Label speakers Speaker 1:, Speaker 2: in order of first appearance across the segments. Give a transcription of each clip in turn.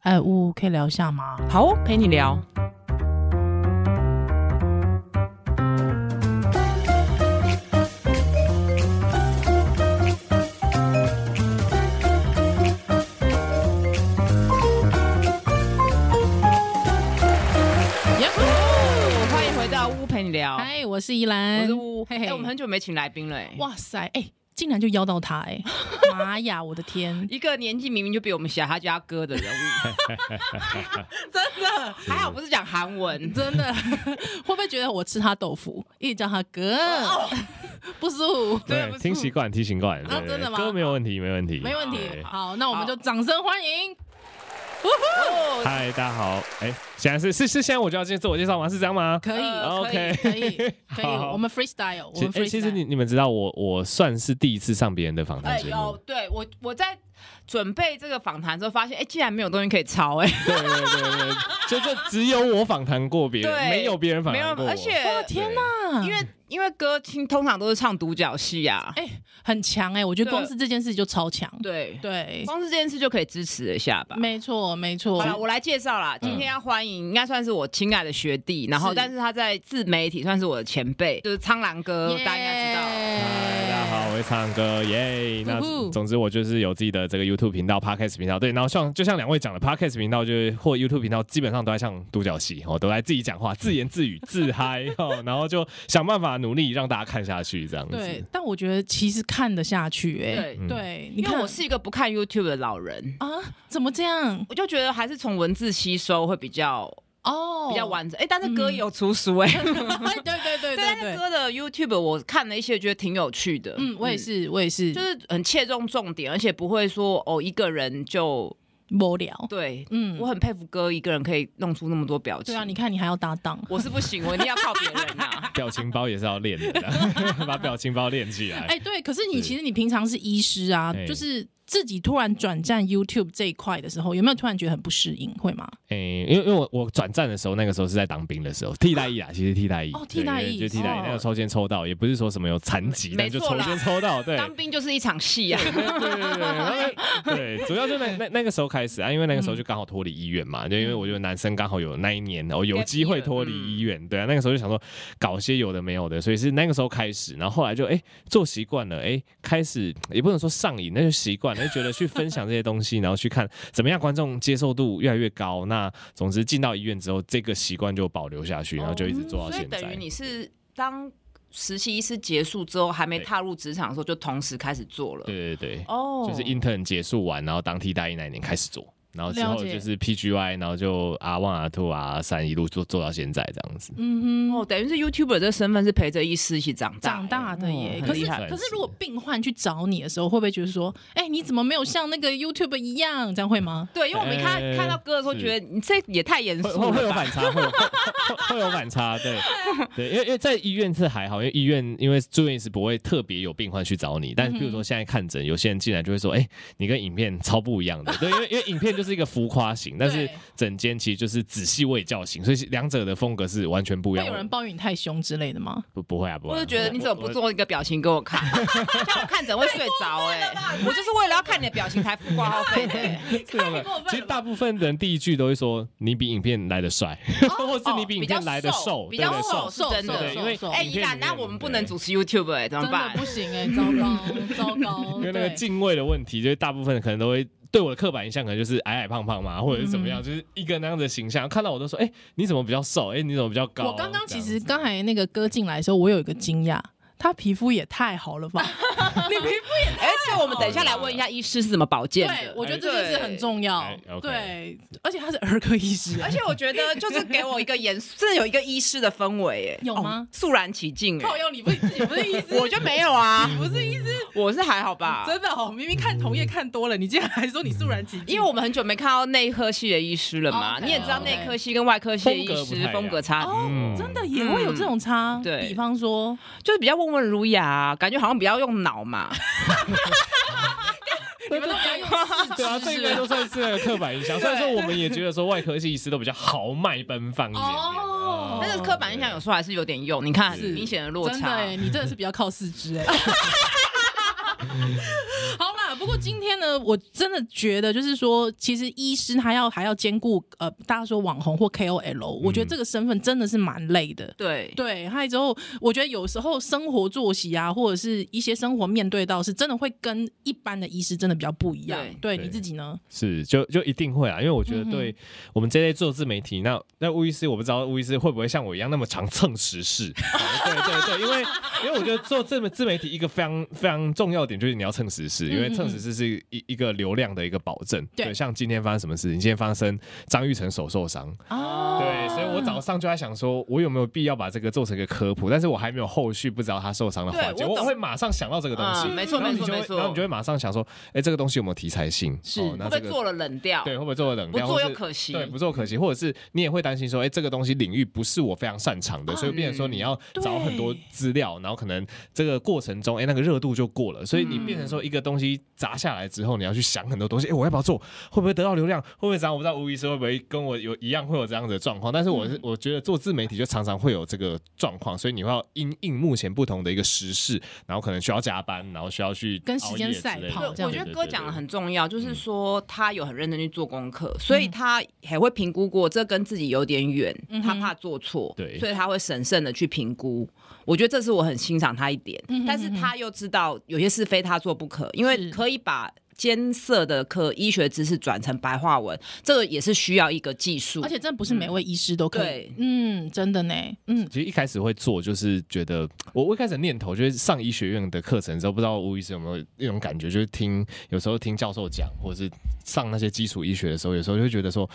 Speaker 1: 哎，呜，可以聊一下吗？
Speaker 2: 好哦，陪你聊。Yahoo！欢迎回到屋陪你聊，
Speaker 1: 嗨，我是依
Speaker 2: 我
Speaker 1: 兰
Speaker 2: 是，屋。
Speaker 1: 嘿
Speaker 2: 哎、
Speaker 1: 嘿
Speaker 2: 我们很久没请来宾了、哎，
Speaker 1: 哇塞，哎、竟然就邀到他、哎，妈呀，我的 天！
Speaker 2: 一个年纪明明就比我们小他家哥的人物， 真的还好不是讲韩 文，
Speaker 1: 真的会不会觉得我吃他豆腐，一直叫他哥， 不舒服？
Speaker 2: 哦对不是
Speaker 3: 听习惯，听习惯。对对
Speaker 1: 真的吗
Speaker 3: 歌没有问题，没问题，
Speaker 1: 没问题
Speaker 3: 对。
Speaker 1: 好，那我们
Speaker 2: 好
Speaker 1: 就掌声欢迎。
Speaker 2: 哦
Speaker 3: 嗨，大家好。哎，现在是是是，现在我就要进自我介绍吗？是这样吗？
Speaker 1: 可以，
Speaker 2: 呃
Speaker 3: ，OK
Speaker 1: 可以， 可以，
Speaker 3: 好
Speaker 1: 我们 freestyle，我
Speaker 3: 其
Speaker 1: 们
Speaker 3: 实，哎，
Speaker 1: freestyle。
Speaker 3: 其实你你们知道我，我算是第一次上别人的访
Speaker 2: 哎、
Speaker 3: 谈节
Speaker 2: 有
Speaker 3: 目。
Speaker 2: 对我我在准备这个访谈之后，发现哎、竟然没有东西可以抄 哎、
Speaker 3: 对对对对，就就只有我访谈过别人，
Speaker 2: 对
Speaker 3: 没有别人访
Speaker 2: 没有，
Speaker 3: 谈过我。
Speaker 2: 而且
Speaker 1: 哇天哪，
Speaker 2: 因为因为歌听通常都是唱独角戏啊，
Speaker 1: 哎、很强哎、我觉得
Speaker 2: 对
Speaker 1: 光是这件事就超强。
Speaker 2: 对，
Speaker 1: 对，
Speaker 2: 光是这件事就可以支持一下吧。
Speaker 1: 没错，没错
Speaker 2: 好。了，我来介绍啦。今天要欢迎，应该算是我亲爱的学弟，然
Speaker 1: 嗯
Speaker 2: 后
Speaker 1: 是
Speaker 2: 但是他在自媒体算是我的前辈，就是苍狼哥，大家应该知道。
Speaker 3: 嗨，大家好，我会唱歌，耶！那
Speaker 1: 呼呼
Speaker 3: 总之我就是有自己的这个 YouTube 频道、Podcast 频道，对。然后像就像两位讲的，Podcast 频道就是或 YouTube 频道，基本上都在唱独角戏哦，都在自己讲话、自言 自语、自嗨哦，然后就想办法努力让大家看下去这样子。
Speaker 1: 对，但我觉得其实看得下去哎、
Speaker 2: 对，
Speaker 3: 嗯。
Speaker 1: 对，你
Speaker 2: 因
Speaker 1: 看
Speaker 2: 为我是一个不看 YouTube 的老人，
Speaker 1: 啊，怎么这样？
Speaker 2: 我就觉得还是从文字吸收会比较
Speaker 1: 哦，
Speaker 2: 比 较完整。哎，但是歌
Speaker 1: 嗯
Speaker 2: 也有出书 哎，
Speaker 1: 哎。对对对对
Speaker 2: 但是
Speaker 1: 对，
Speaker 2: 歌的 YouTube 我看了一些，觉得挺有趣的。
Speaker 1: 嗯，我也，是，我也是，
Speaker 2: 就是很切中重点，而且不会说哦一个人就
Speaker 1: 无聊。
Speaker 2: 对，
Speaker 1: 嗯
Speaker 2: 我，很佩服哥一个人可以弄出那么多表情。
Speaker 1: 对啊，你看你还要搭档，
Speaker 2: 我是不行，我一定要靠别人啊
Speaker 3: 表情包也是要练的，这 样把表情包练起来。
Speaker 1: 哎，对，可是你
Speaker 3: 是
Speaker 1: 其实你平常是医师啊，
Speaker 3: 哎
Speaker 1: 就是自己突然转战 YouTube 这一块的时候，有没有突然觉得很不适应？会吗？
Speaker 3: 诶、哎因为因为我我转战的时候，那个时候是在当兵的时候，替 代役啊，其实替代役
Speaker 1: 哦替代役
Speaker 3: 对就替代役
Speaker 2: 哦，
Speaker 3: 那个抽签抽到，也不是说什么有残疾，
Speaker 2: 没
Speaker 3: 但就
Speaker 2: 错
Speaker 3: 抽
Speaker 2: 啦
Speaker 3: 签抽到，对，
Speaker 2: 当兵就是一场戏啊，
Speaker 3: 对对对然后，对，主要就那那那个时候开始啊，因为那个
Speaker 2: 嗯
Speaker 3: 时候就刚好脱离医院嘛，就因为我觉得男生刚好有那一年哦有机会脱离
Speaker 2: 嗯
Speaker 3: 医院，对啊，那个时候就想说搞些有的没有的，所以是那个时候开始，然后后来就哎、做习惯了，哎、开始也不能说上瘾，那就习惯了，就觉得去分享这些东西，然后去看怎么样观众接受度越来越高，那总之进到医院之后，这个习惯就保留下去，然后就一直做到
Speaker 2: 哦所以
Speaker 3: 现在。
Speaker 2: 等于你是当实习医师结束之后，还没踏入职场的时候，就同时开始做了。
Speaker 3: 对对对，
Speaker 2: 哦，
Speaker 3: 就是 intern 结束完，然后当替代役那一年开始做，然后之后
Speaker 1: 了解
Speaker 3: 就是 PGY，然后就啊 R one、R two、R 三一路做做到现在这样子。
Speaker 1: 嗯哼，
Speaker 2: 哦，等于是 YouTuber 这身份是陪着医师一起长大，
Speaker 1: 长
Speaker 3: 哎
Speaker 1: 大的耶。
Speaker 2: 哦
Speaker 1: 可
Speaker 2: 很
Speaker 1: 是
Speaker 2: 厉害
Speaker 1: 可是如果病患去找你的时候，会不会觉得说，哎、你怎么没有像那个 YouTube 一样？这样会吗？
Speaker 2: 对，因为我们看、
Speaker 3: 哎
Speaker 2: 看到歌的时候，
Speaker 3: 是
Speaker 2: 觉得你这也太严肃
Speaker 3: 会会会
Speaker 2: 了
Speaker 3: 有
Speaker 2: 吧。
Speaker 3: 反差，会有 会会会有反差，对对，因为因为在医院是还好，因为医院因为住院是不会特别有病患去找你，但是比如说现在看诊，有些人进来就会说，哎、你跟影片超不一样的，对，因为因为影片就是一个浮夸型，但是
Speaker 1: 对
Speaker 3: 整间其实就是仔细喂教型，所以两者的风格是完全不一
Speaker 1: 会
Speaker 3: 样
Speaker 1: 有人
Speaker 3: 的。
Speaker 1: 抱怨你太凶之类的吗？
Speaker 3: 不不会啊，不会
Speaker 2: 我
Speaker 3: 啊、
Speaker 2: 就觉得你怎么
Speaker 3: 我
Speaker 2: 不做一个表情给我看？ 像我看诊会睡 着哎、我就是为了要看你的表情才付挂号 费的、欸。
Speaker 3: 对吧
Speaker 1: 过分了吧
Speaker 3: 其实大部分人第一句都会说你比影片来的帅， 或是你比影片来的瘦，
Speaker 2: 哦比较
Speaker 3: 对对
Speaker 2: 瘦，
Speaker 3: 瘦。
Speaker 2: 是真
Speaker 1: 瘦
Speaker 3: 对，
Speaker 2: 的。
Speaker 3: 因为
Speaker 1: 瘦
Speaker 2: 哎，
Speaker 3: 影
Speaker 2: 依
Speaker 3: 片
Speaker 2: 然，
Speaker 3: 里面
Speaker 2: 那我们不能主持 YouTube 哎，怎么
Speaker 1: 真的
Speaker 2: 办
Speaker 1: 不？行哎、糟糕糟糕，
Speaker 3: 对因为那个
Speaker 1: 对，
Speaker 3: 敬畏的问题，就是大部分可能都会对我的刻板印象，可能就是矮矮胖胖嘛，或者是怎么
Speaker 2: 嗯
Speaker 3: 样，就是一个那样的形象。看到我都说，哎，你怎么比较瘦？哎，你怎么比较高？
Speaker 1: 我刚刚其
Speaker 3: 这
Speaker 1: 实
Speaker 3: 样子
Speaker 1: 刚才那个哥进来的时候，我有一个惊讶，他皮肤也太好了吧？你皮肤
Speaker 2: 而且我们等一下来问一下医师是怎么保健
Speaker 1: 对
Speaker 2: 的，。
Speaker 1: 我觉得这件事很重要
Speaker 3: 哎。，OK
Speaker 1: 对，而且他是儿科医师，欸
Speaker 2: 而且我觉得就是给我一个严肃，真的有一个医师的氛围哎，
Speaker 1: 有吗
Speaker 2: 哦肃然起敬
Speaker 1: 靠
Speaker 2: 哎，
Speaker 1: 腰，你不是自己不是医师，
Speaker 2: 我啊就没有啊，
Speaker 1: 不是医师，
Speaker 2: 我是还好吧。
Speaker 1: 真的哦，明明看同业看多了，你竟然还说你肃然起敬，
Speaker 2: 嗯因为我们很久没看到内科系的医师了嘛，
Speaker 1: OK，
Speaker 2: 你也知道
Speaker 1: OK
Speaker 2: 内科系跟外科系的医
Speaker 3: 风格不太一
Speaker 2: 师
Speaker 3: 样
Speaker 2: 风格差，
Speaker 1: 哦，
Speaker 3: 嗯
Speaker 1: 真的也会有这种差。
Speaker 2: 嗯对
Speaker 1: 比方说，
Speaker 2: 就是比较温文儒雅啊，感觉好像比较用脑嘛。
Speaker 1: 你们都不要用四
Speaker 3: 对啊，
Speaker 1: 肢
Speaker 3: 这
Speaker 1: 是
Speaker 3: 个都算是那个刻板 印象。虽然说我们也觉得说外科系医师都比较豪迈奔放一点点
Speaker 1: 哦
Speaker 3: 嗯
Speaker 2: 但是刻板印象有时候还是有点用，你看
Speaker 1: 是
Speaker 2: 明显的落
Speaker 1: 真的
Speaker 2: 差
Speaker 1: 欸 哎、。你真的是比较靠四肢哎、好啦，不不过今天呢，我真的觉得就是说，其实医师他要还要兼顾呃，大家说网红或 KOL，我觉
Speaker 2: 嗯
Speaker 1: 得这个身份真的是蛮累的。
Speaker 2: 对
Speaker 1: 对，还有之后，我觉得有时候生活作息啊，或者是一些生活面对到，是真的会跟一般的医师真的比较不一样。对
Speaker 3: 对
Speaker 1: 你自己呢？
Speaker 3: 是，就就一定会啊，因为我觉得
Speaker 1: 嗯哼
Speaker 3: 对我们这类做自媒体，那那吴医师，我不知道吴医师会不会像我一样那么常蹭时 事。对对对，因为因为我觉得做自媒自媒体一个非常非常重要的点就是你要蹭时事，因为
Speaker 1: 嗯嗯
Speaker 3: 蹭
Speaker 1: 嗯
Speaker 3: 时事是一一个流量的一个保证。
Speaker 1: 对
Speaker 3: 像今天发生什么事情，今天发生张玉成手受伤，
Speaker 2: 啊
Speaker 1: 哦，
Speaker 3: 对，所以我早上就在想说，我有没有必要把这个做成一个科普？但是我还没有后续不知道他受伤的环节，
Speaker 2: 对我
Speaker 3: 我
Speaker 2: 懂
Speaker 3: 会马上想到这个东西，
Speaker 2: 嗯没错
Speaker 3: 然后你
Speaker 2: 没错
Speaker 3: 就会
Speaker 2: 没错
Speaker 3: 然后你就会马上想说，哎，这个东西有没有题材性？
Speaker 1: 是
Speaker 3: 哦那
Speaker 2: 会不会
Speaker 3: 这个
Speaker 2: 做了冷掉？
Speaker 3: 对，会不会做的冷
Speaker 2: 不
Speaker 3: 掉？
Speaker 2: 做
Speaker 3: 或
Speaker 2: 又
Speaker 3: 是
Speaker 2: 可惜
Speaker 3: 对，不做可惜，或者是你也会担心说，哎、这个东西领域不是我非常擅长
Speaker 1: 哦
Speaker 3: 的，所以变成说你要找很多资料，然后可能这个过程中，哎、那个热度就过了，所以你变成
Speaker 1: 嗯
Speaker 3: 说一个东西砸下来之后，你要去想很多东西，哎、我要不要做？会不会得到流量？会不会怎样？我不知道吴医师会不会跟我有一样会有这样子的状况，但是我
Speaker 1: 嗯
Speaker 3: 是、我觉得做自媒体就常常会有这个状况，所以你会要因应目前不同的一个时事，然后可能需要加班，然后需要去
Speaker 1: 跟时
Speaker 3: 熬
Speaker 1: 间
Speaker 3: 夜之
Speaker 1: 赛
Speaker 3: 类
Speaker 1: 跑
Speaker 3: 的
Speaker 1: 这
Speaker 2: 对，
Speaker 1: 样
Speaker 2: 我觉得
Speaker 3: 对
Speaker 2: 哥
Speaker 3: 对
Speaker 2: 讲的
Speaker 3: 对嗯
Speaker 2: 很重要，就是说他有很认真去做功课，所以他也会评估过这跟自己有点远，
Speaker 1: 嗯哼
Speaker 2: 他怕做错，
Speaker 3: 对
Speaker 2: 所以他会审慎的去评估。我觉得这是我很欣赏他一点，
Speaker 1: 嗯哼
Speaker 2: 但是他又知道有些事非他做不可，因
Speaker 1: 是
Speaker 2: 为可以把。艰涩的科医学知识转成白话文，这个也是需要一个技术，
Speaker 1: 而且真的不是每位医师都可以
Speaker 2: 对。
Speaker 1: 嗯，真的呢。嗯，
Speaker 3: 其实一开始会做，就是觉得我我一开始的念头就是上医学院的课程之后，不知道吴医师有没有那种感觉，就是听有时候听教授讲，或者是上那些基础医学的时候，有时候就会觉得说，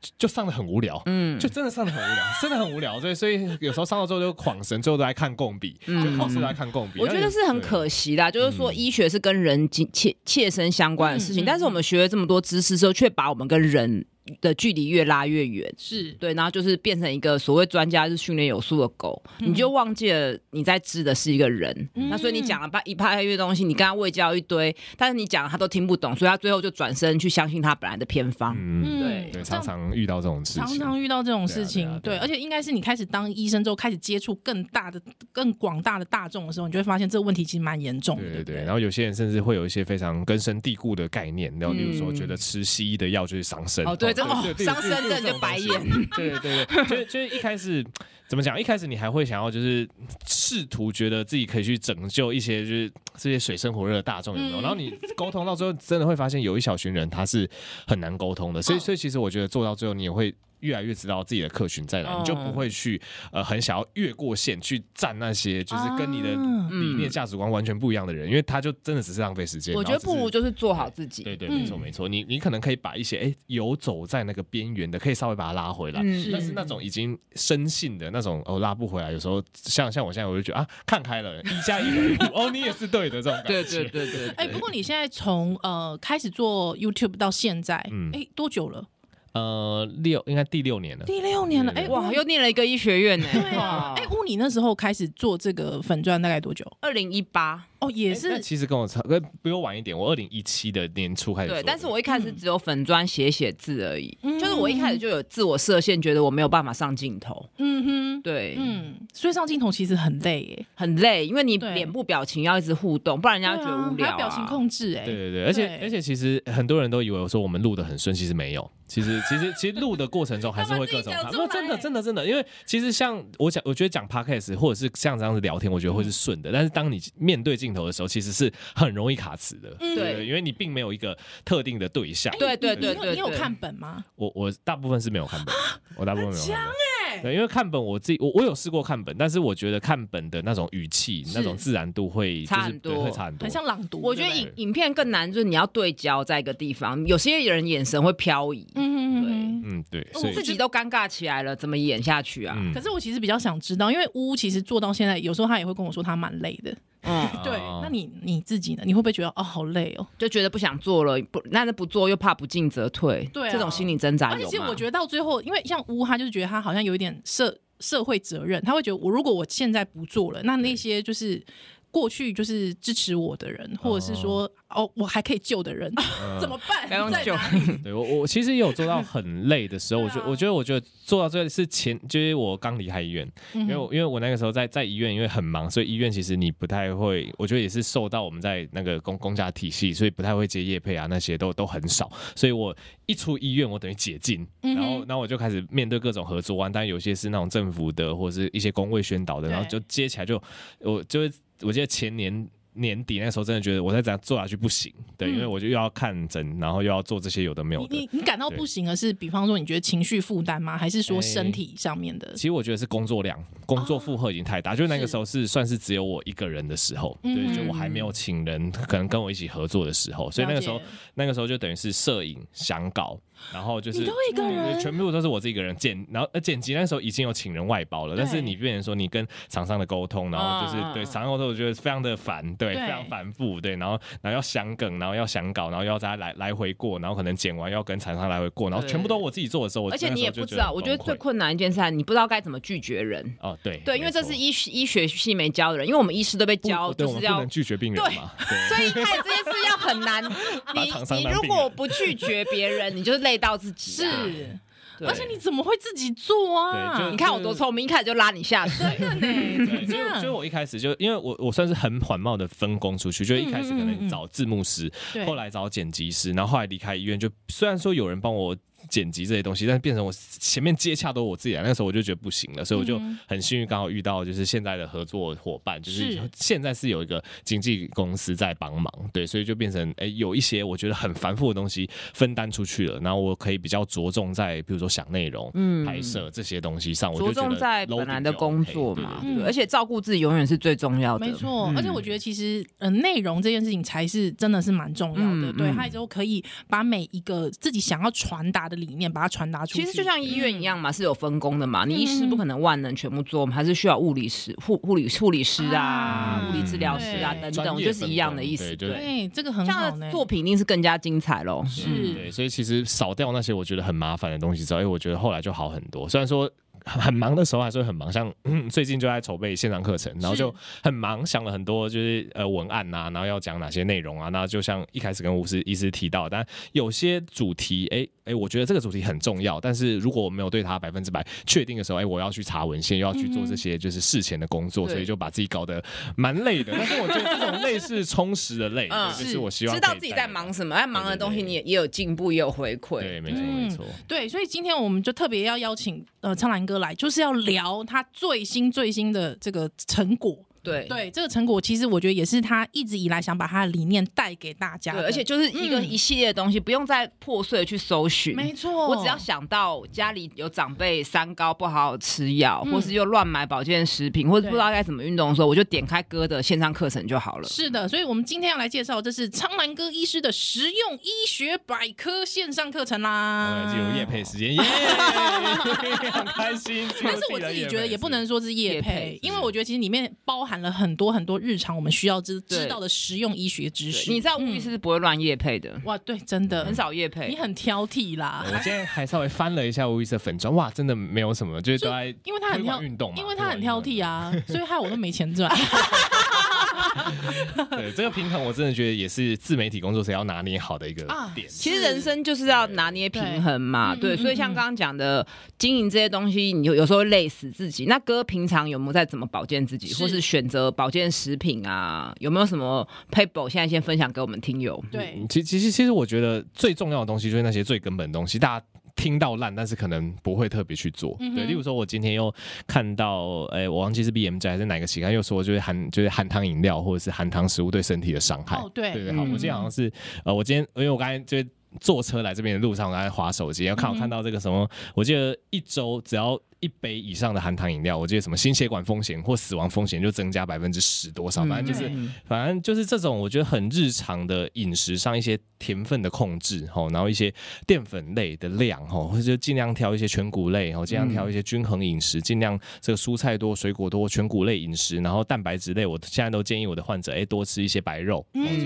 Speaker 3: 就就上的很无聊，
Speaker 2: 嗯，
Speaker 3: 就真的上的很无聊，真的很无聊。所以所以有时候上到之后就恍神，最后都在看共笔，
Speaker 2: 嗯
Speaker 3: 就考试都在看共笔。
Speaker 2: 我觉得是很可
Speaker 3: 惜。
Speaker 2: 惜啦，就是说医学是跟人紧切切身相关的事情，
Speaker 1: 嗯嗯
Speaker 2: 但是我们学了这么多知识之后，却把我们跟人的距离越拉越远。
Speaker 1: 是
Speaker 2: 对，然后就是变成一个所谓专家是训练有素的狗，你就忘记了你在治的是一个人。
Speaker 1: 嗯
Speaker 2: 那所以你讲了半一派越东西，你跟他喂教一堆，但是你讲了他都听不懂，所以他最后就转身去相信他本来的偏方。
Speaker 3: 嗯，
Speaker 1: 对
Speaker 3: 对，
Speaker 1: 这样
Speaker 3: 常常遇到这种事情，
Speaker 1: 常常遇到这种事情，
Speaker 3: 对啊对啊对啊
Speaker 1: 而且应该是你开始当医生之后，开始接触更大的、更广大的大众的时候，你就会发现这个问题其实蛮严重的，
Speaker 3: 对
Speaker 1: 对
Speaker 3: 对
Speaker 1: 不
Speaker 3: 对，然后有些人甚至会有一些非常根深蒂固的概念，然后例如说觉得吃西医的药就是伤身，
Speaker 2: 嗯哦，对，这
Speaker 3: 种
Speaker 2: 种伤身真的就白眼。
Speaker 3: 对对对，就是就是一开始怎么讲？一开始你还会想要就是试图觉得自己可以去拯救一些就是这些水深火热的大众有没有？
Speaker 1: 嗯
Speaker 3: 然后你沟通到最后，真的会发现有一小群人他是很难沟通的，所以
Speaker 2: 哦
Speaker 1: 嗯
Speaker 3: 所以其实我觉得做到最后，你也会。越来越知道自己的客群在哪，
Speaker 2: 嗯
Speaker 3: 你就不会去呃很想要越过线去站那些就是跟你的
Speaker 2: 哦
Speaker 1: 啊
Speaker 2: 嗯
Speaker 3: 理念价值观完全不一样的人，因为他就真的只是浪费时间。
Speaker 2: 我觉得
Speaker 3: 然后只
Speaker 2: 不
Speaker 3: 是
Speaker 2: 如就是做好自己。
Speaker 3: 对对，
Speaker 1: 嗯
Speaker 3: 没错没错，你你可能可以把一些哎游走在那个边缘的，可以稍微把它拉回来。
Speaker 2: 嗯
Speaker 3: 但是那种已经深信的那种哦，拉不回来。有时候像像我现在，我就觉得啊，看开了， 一加一等于五，哦，你也是对的这种感觉。
Speaker 2: 对对对对，
Speaker 1: 哎、不过你现在从呃开始做 YouTube 到现在，哎、
Speaker 3: 嗯
Speaker 1: 多久了？
Speaker 3: 呃，六应该第六年了，
Speaker 1: 第六年了，哎、
Speaker 3: 对
Speaker 2: 哇，
Speaker 1: 乌
Speaker 2: 又念了一个医学院呢、
Speaker 1: 对啊，
Speaker 2: 哇
Speaker 1: 哎、，乌你那时候开始做这个粉钻大概多久？
Speaker 2: 二零一八，
Speaker 1: 哦，也是
Speaker 2: 哎
Speaker 3: 诶那其实跟我差，跟比我晚一点，我二零一七的年初开始做
Speaker 2: 对，
Speaker 3: 的。
Speaker 2: 但是我一开始只有粉砖写写字而已，
Speaker 1: 嗯
Speaker 2: 就是我一开始就有自我设限，觉得我没有办法上镜头，
Speaker 1: 嗯哼，
Speaker 2: 对，
Speaker 1: 嗯，所以上镜头其实很累耶，
Speaker 2: 很累，因为你
Speaker 1: 对
Speaker 2: 脸部表情要一直互动，不然人家觉
Speaker 1: 对
Speaker 2: 得
Speaker 1: 啊
Speaker 2: 无聊、
Speaker 1: 还要表情控制，哎，
Speaker 3: 对对对，而且
Speaker 1: 对
Speaker 3: 而且其实很多人都以为我说我们录的很顺，其实没有。其实其实其实录的过程中还是会各 种
Speaker 1: 干嘛
Speaker 3: 怕，
Speaker 1: 自己讲
Speaker 3: 不
Speaker 1: 出来
Speaker 3: 真的真的真的，因为其实像我讲，我觉得讲 podcast 或者是像这样子聊天，我觉得
Speaker 1: 嗯
Speaker 3: 会是顺的。但是当你面对镜头的时候，其实是很容易卡词的，
Speaker 1: 嗯
Speaker 3: 对，因为你并没有一个特定的对象
Speaker 1: 哎。
Speaker 2: 对
Speaker 1: 你
Speaker 2: 对
Speaker 1: 你
Speaker 2: 对
Speaker 1: 你有
Speaker 2: 对
Speaker 1: 你有
Speaker 2: 对
Speaker 1: 看本吗？
Speaker 3: 我我大部分是没有看本，我大部分没有看
Speaker 1: 啊很强欸
Speaker 3: 本。对，因为看本我自己我我有试过看本，但是我觉得看本的那种语气、那种自然度会
Speaker 2: 差
Speaker 3: 就是
Speaker 2: 很多
Speaker 3: 对会差很多
Speaker 1: 很。像朗读，
Speaker 2: 我觉得
Speaker 1: 对不对
Speaker 2: 影影片更难，就是你要对焦在一个地方，有些人眼神会漂移，
Speaker 1: 嗯嗯嗯。
Speaker 3: 嗯，对，
Speaker 1: 我
Speaker 3: 所以
Speaker 2: 自己都尴尬起来了，怎么演下去啊？
Speaker 3: 嗯
Speaker 1: 可是我其实比较想知道，因为乌其实做到现在，有时候他也会跟我说他蛮累的。
Speaker 2: 嗯，
Speaker 1: 对
Speaker 3: 哦，
Speaker 1: 那你你自己呢？你会不会觉得哦好累哦？
Speaker 2: 就觉得不想做了，不，那不做又怕不进则退，
Speaker 1: 对啊
Speaker 2: 这种心理挣扎有
Speaker 1: 而
Speaker 2: 吗？
Speaker 1: 且其实我觉得到最后，因为像乌他就是觉得他好像有一点社社会责任，他会觉得我如果我现在不做了，那那些就是。过去就是支持我的人，或者是说、哦，我还可以救的 人，啊怎么办？
Speaker 2: 不要用
Speaker 1: 在
Speaker 2: 救
Speaker 1: 哪里？
Speaker 3: 嗯对我我其实也有做到很累的时候，我觉
Speaker 1: 对啊
Speaker 3: 我觉得我觉得做到最是前就是我刚离开医院， 因
Speaker 1: 嗯
Speaker 3: 为我因为我那个时候在在医院，因为很忙，所以医院其实你不太会，我觉得也是受到我们在那个公公家体系，所以不太会接业配啊那些都都很少，所以我一出医院我等于解禁，然后然后我就开始面对各种合作案，但有些是那种政府的或者是一些工会宣导的，然后就
Speaker 1: 对
Speaker 3: 接起来就我就是我记得前年年底那时候真的觉得我再这样做下去不行，对，因为我就又要看诊，然后又要做这些有的没有
Speaker 1: 你
Speaker 3: 的。
Speaker 1: 你你感到不行的是，比方说你觉得情绪负担吗？还是说身体上面的
Speaker 3: 哎其？实我觉得是工作量、工作负荷已经太大，就那个时候是算是只有我一个人的时候，对，就我还没有请人，可能跟我一起合作的时候，所以那个时候
Speaker 1: 了解
Speaker 3: 那个时候就等于是摄影、想稿，然后就是
Speaker 1: 你都一个人
Speaker 3: 对全部都是我自己一个人剪，然后呃剪辑那时候已经有请人外包了，
Speaker 1: 对
Speaker 3: 但是你变成说你跟厂商的沟通，然后就是、
Speaker 2: 嗯嗯
Speaker 3: 对
Speaker 2: 嗯
Speaker 3: 厂商沟通，我觉得非常的烦，对，
Speaker 1: 对
Speaker 3: 非常繁复，对，然后然后要想梗，然后要想稿，然后要再来来回过，然后可能剪完要跟厂商来回过，然后
Speaker 2: 对
Speaker 3: 全部都我自己做的时候，我
Speaker 2: 而且你也
Speaker 3: 那时候
Speaker 2: 不
Speaker 3: 就
Speaker 2: 知道，我
Speaker 3: 觉
Speaker 2: 觉
Speaker 3: 得
Speaker 2: 得
Speaker 3: 很
Speaker 2: 最
Speaker 3: 崩溃
Speaker 2: 困难一件事啊，你不知道该怎么拒绝人。
Speaker 3: 哦，对
Speaker 2: 对，因为这
Speaker 3: 没错
Speaker 2: 是医医学系没教的人，因为我们医师都被
Speaker 3: 不
Speaker 2: 教
Speaker 3: 对
Speaker 2: 就是
Speaker 3: 我们不
Speaker 2: 要
Speaker 3: 能拒绝病人
Speaker 2: 对
Speaker 3: 嘛，对，
Speaker 2: 所以一开始这件事要很难。
Speaker 3: 把厂商
Speaker 2: 你你
Speaker 3: 当
Speaker 2: 如
Speaker 3: 病
Speaker 2: 果
Speaker 3: 人
Speaker 2: 不拒绝别人，你就是累到自己、啊。
Speaker 1: 是，
Speaker 2: 对，
Speaker 1: 而且你怎么会自己做啊？
Speaker 3: 对就
Speaker 2: 你看我多聪明，一开始就拉你下水。
Speaker 1: 真的呢，怎么这
Speaker 3: 对就
Speaker 1: 样
Speaker 3: 就？我一开始就因为我我算是很缓慢的分工出去，就一开始可
Speaker 2: 嗯
Speaker 3: 能找字幕师，
Speaker 1: 对
Speaker 3: 后来找剪辑师，然后后来离开医院，就虽然说有人帮我剪辑这些东西，但是变成我前面接洽都我自己来，那时候我就觉得不行了，所以我就
Speaker 2: 嗯
Speaker 3: 很幸运刚好遇到就是现在的合作伙伴，就是
Speaker 1: 是
Speaker 3: 现在是有一个经纪公司在帮忙，对，所以就变成哎、有一些我觉得很繁复的东西分担出去了，然后我可以比较着重在比如说想内容、
Speaker 2: 嗯
Speaker 3: 拍摄这些东西上，我就
Speaker 2: 着
Speaker 3: 觉得
Speaker 2: 重在本
Speaker 3: loading
Speaker 2: 来的
Speaker 3: 就
Speaker 2: 工
Speaker 3: OK，
Speaker 2: 作
Speaker 3: 对
Speaker 2: 嘛，
Speaker 3: 对对
Speaker 1: 对对
Speaker 2: 而且照顾自己永远是最重要的。
Speaker 1: 没错，而且我觉得其实，呃，内容这件事情才是真的是蛮重要的。
Speaker 2: 嗯
Speaker 1: 对，
Speaker 2: 嗯
Speaker 1: 它之后可以把每一个自己想要传达的理念，把它传达出去。
Speaker 2: 其实就像医院一样嘛，是有分工的嘛。你医师不可能万能全部做，我们还是需要物理师、护护理护理师啊、
Speaker 1: 啊
Speaker 2: 物理治疗师啊
Speaker 1: 对
Speaker 2: 等
Speaker 3: 专
Speaker 2: 等，我
Speaker 3: 业
Speaker 2: 觉得是
Speaker 3: 分
Speaker 2: 一样
Speaker 3: 工
Speaker 2: 的意思。
Speaker 3: 对就是
Speaker 2: 对，
Speaker 1: 对，这个很
Speaker 2: 这
Speaker 1: 好
Speaker 2: 样
Speaker 1: 呢
Speaker 2: 的。作品一定是更加精彩喽。
Speaker 3: 嗯
Speaker 1: 是
Speaker 3: 对，所以其实少掉那些我觉得很麻烦的东西之后，哎，我觉得后来就好很多。虽然说很很忙的时候还是会很忙，像、嗯最近就在筹备线上课程，然后就很忙，想了很多就是呃文案呐、然后要讲哪些内容啊，那就像一开始跟吴师医师提到，但有些主题，哎、哎、我觉得这个主题很重要，但是如果我没有对它百分之百确定的时候，哎、我要去查文献，又要去做这些就是事前的工作，
Speaker 2: 嗯对
Speaker 3: 所以就把自己搞得蛮累的。但是我觉得这种累是充实的累，
Speaker 2: 嗯
Speaker 3: 就是
Speaker 1: 是
Speaker 3: 我希望
Speaker 2: 知道
Speaker 3: 可以
Speaker 2: 自己
Speaker 3: 带
Speaker 2: 在
Speaker 3: 给
Speaker 2: 忙
Speaker 3: 大家
Speaker 2: 什么，哎，忙的东西你也也有进步，也有回馈。
Speaker 3: 对，没错
Speaker 1: 嗯
Speaker 3: 没错。
Speaker 1: 对，所以今天我们就特别要邀请呃苍兰哥来，就是要聊他最新最新的这个成果。
Speaker 2: 对
Speaker 1: 对，这个成果其实我觉得也是他一直以来想把他的理念带给大家
Speaker 2: 对，
Speaker 1: 的，
Speaker 2: 而且就是一个
Speaker 1: 嗯
Speaker 2: 一系列的东西，不用再破碎地去搜寻。
Speaker 1: 没错，
Speaker 2: 我只要想到家里有长辈三高不好好吃药，
Speaker 1: 嗯
Speaker 2: 或是又乱买保健食品，或者
Speaker 1: 对
Speaker 2: 不知道该怎么运动的时候，我就点开哥的线上课程就好了。
Speaker 1: 是的，所以我们今天要来介绍，这是苍兰哥医师的实用医学百科线上课程啦
Speaker 3: 对，。呃进
Speaker 1: 啊
Speaker 3: 入夜配时间，耶， 很开心。进入
Speaker 1: 但是我自己
Speaker 3: 的业配嗯
Speaker 1: 觉得也不能说是业
Speaker 2: 业
Speaker 1: 配
Speaker 2: 配，
Speaker 1: 因为我觉得其实里面包含了很多很多日常我们需要知
Speaker 2: 对
Speaker 1: 知道的实用医学知识。
Speaker 2: 你知道吴医师是不会乱夜配的，
Speaker 1: 哇，对，真的
Speaker 3: 嗯
Speaker 2: 很，少夜配。
Speaker 1: 你很挑剔啦
Speaker 3: 对。我今天还稍微翻了一下吴医师的粉砖，哇，真的没有什么，就是都在
Speaker 1: 因为他很
Speaker 3: 推
Speaker 1: 挑
Speaker 3: 广运动嘛
Speaker 1: 因为他很挑剔啊，所以害我都没钱 赚。
Speaker 3: 对这个平衡，我真的觉得也是自媒体工作者要拿捏好的一个
Speaker 1: 啊
Speaker 3: 点。
Speaker 2: 其实人生就是要拿捏平衡嘛，
Speaker 1: 对
Speaker 2: 对，
Speaker 1: 嗯嗯
Speaker 2: 所以像刚刚讲的经营这些东西，你有有时候会累死自己。那哥平常有没有在怎么保健自己，
Speaker 1: 是
Speaker 2: 或是选择保健食品啊？有没有什么 paper 现在先分享给我们听友？
Speaker 1: 对
Speaker 3: 嗯，其其实其实我觉得最重要的东西就是那些最根本的东西，大家。听到烂，但是可能不会特别去做。
Speaker 1: 嗯
Speaker 3: 对，例如说，我今天又看到，哎、我忘记是 BMJ 还是哪个期刊又说，就是含就是含糖饮料或者是含糖食物对身体的伤害。
Speaker 1: 哦对
Speaker 3: 对对，好，
Speaker 2: 嗯
Speaker 3: 我记得好像是，呃，我今天因为我刚才就是坐车来这边的路上，我刚才划手机，然后看我看到这个什么，我记得一周只要一杯以上的含糖饮料，我记得什么心血管风险或死亡风险就增加百分之十多少，反正就是
Speaker 2: 嗯
Speaker 3: 反正就是这种，我觉得很日常的饮食上一些甜分的控制吼，然后一些淀粉类的量吼，或者就尽量挑一些全谷类吼，尽量挑一些均衡饮食，尽量这个蔬菜多、水果多、全谷类饮食，然后蛋白质类，我现在都建议我的患者哎多吃一些白肉，
Speaker 2: 嗯
Speaker 3: 哦就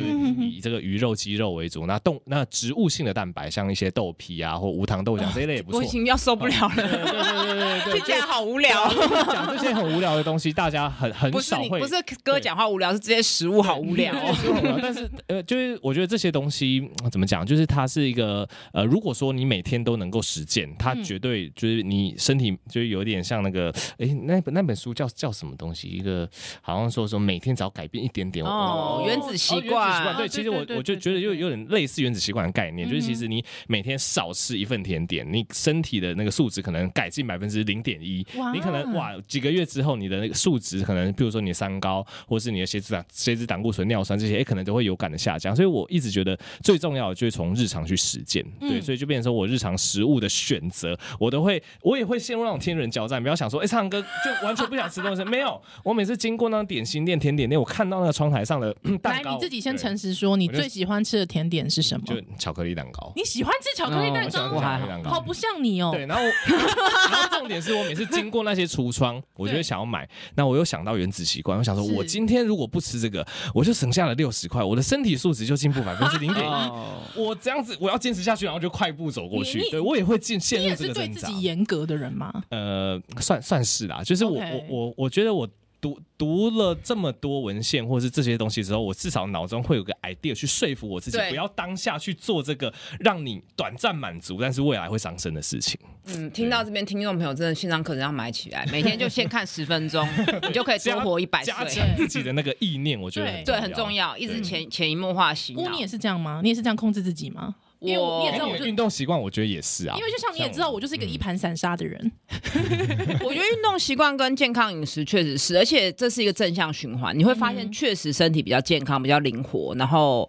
Speaker 3: 是以这个鱼肉、鸡肉为主。那动那植
Speaker 2: 哦
Speaker 3: 物性的蛋白，像一些豆皮啊或无糖豆浆这一类也不
Speaker 2: 我
Speaker 3: 错
Speaker 2: 已。经要受不了了。
Speaker 3: 对对对对
Speaker 2: 听起来好无聊。
Speaker 3: 讲这些很无聊的东西，大家很很
Speaker 2: 不是
Speaker 3: 少
Speaker 2: 你
Speaker 3: 会
Speaker 2: 不是哥讲话无聊，是这些食物好无聊。
Speaker 3: 但 是呃，就是我觉得这些东西嗯怎么讲，就是它是一个呃，如果说你每天都能够实践，它
Speaker 1: 嗯
Speaker 3: 绝对就是你身体就是有点像那个哎、那本那本书叫叫什么东西？一个好像说说每天只要改变一点点我
Speaker 2: 哦
Speaker 3: 我
Speaker 2: 原子习
Speaker 3: 哦原子习惯，
Speaker 2: 惯，
Speaker 3: 对，
Speaker 1: 哦
Speaker 3: 其实
Speaker 1: 对
Speaker 3: 我
Speaker 1: 对
Speaker 3: 我就
Speaker 1: 对
Speaker 3: 觉得
Speaker 1: 对
Speaker 3: 有
Speaker 1: 对
Speaker 3: 有点类似原子习惯的概念，就是
Speaker 1: 嗯
Speaker 3: 其
Speaker 1: 哼
Speaker 3: 实你每天少吃一份甜点，你身体的那个数值可能改进百分之零点一，
Speaker 1: 哇
Speaker 3: 你可能哇几个月之后你的那个数值可能，比如说你的三高，或是你的血脂胆血脂胆固醇、尿酸这些，哎、可能都会有感的下降。所以我一直觉得最重要的就是从日常去实践，对，
Speaker 1: 嗯
Speaker 3: 所以就变成说我日常食物的选择，我都会我也会陷入那种天人交战，不要想说哎、诶唱歌就完全不想吃东西， 没有，我每次经过那种点心店、甜点店，我看到那个窗台上的 嗯蛋
Speaker 1: 来
Speaker 3: 糕，
Speaker 1: 你自己先
Speaker 3: 对
Speaker 1: 诚实说，你
Speaker 3: 我就
Speaker 1: 最喜欢吃的甜点是什么？
Speaker 3: 就巧克力蛋糕。
Speaker 1: 你喜欢吃
Speaker 2: 哦
Speaker 1: 巧克力蛋
Speaker 3: 我喜欢
Speaker 1: 糕，
Speaker 3: 吃巧克力蛋糕，
Speaker 1: 好不像你哦。
Speaker 3: 对，然后我然后重点是我每次经过那些橱窗，我就会想要买。那我又想到原子习惯，我想说，
Speaker 1: 是
Speaker 3: 我今天如果不吃这个，我就省下了六十块，我的身体素质就进步百分之零 点一。
Speaker 4: 哦，
Speaker 3: 我这样子，我要坚持下去，然后就快步走过去
Speaker 1: 啊你。你
Speaker 3: 对我也会进陷
Speaker 1: 你
Speaker 3: 入
Speaker 1: 也
Speaker 3: 这
Speaker 1: 是
Speaker 3: 个
Speaker 1: 对
Speaker 3: 挣
Speaker 1: 自
Speaker 3: 扎。
Speaker 1: 己严格的人吗？
Speaker 3: 呃，算算是啦，就是我
Speaker 1: OK
Speaker 3: 我我我觉得我。读读了这么多文献或是这些东西之后，我至少脑中会有个 idea 去说服我自己，
Speaker 2: 对
Speaker 3: 不要当下去做这个让你短暂满足，但是未来会伤身的事情。
Speaker 2: 嗯，听到这边听众朋友真的线上课程要买起来，每天就先看十分 钟，你就可以多活一百岁
Speaker 3: 加。强自己的那个意念，我觉得
Speaker 2: 对，很重。要，一
Speaker 1: 嗯
Speaker 2: 直潜潜移默化洗
Speaker 1: 姑，
Speaker 2: 脑
Speaker 1: 哦你。也是这样吗？你也是这样控制自己吗？因为我你也知道，
Speaker 3: 那
Speaker 1: 我
Speaker 3: 我哎
Speaker 1: 就
Speaker 3: 运动习惯，我觉得也是啊，
Speaker 1: 因为就像你也知道，我就是一个一盘散沙的人。
Speaker 2: 我觉得运动习惯跟健康饮食确实是，而且这是一个正向循环，你会发
Speaker 1: 嗯
Speaker 2: 现确实身体比较健康、比较灵活，然后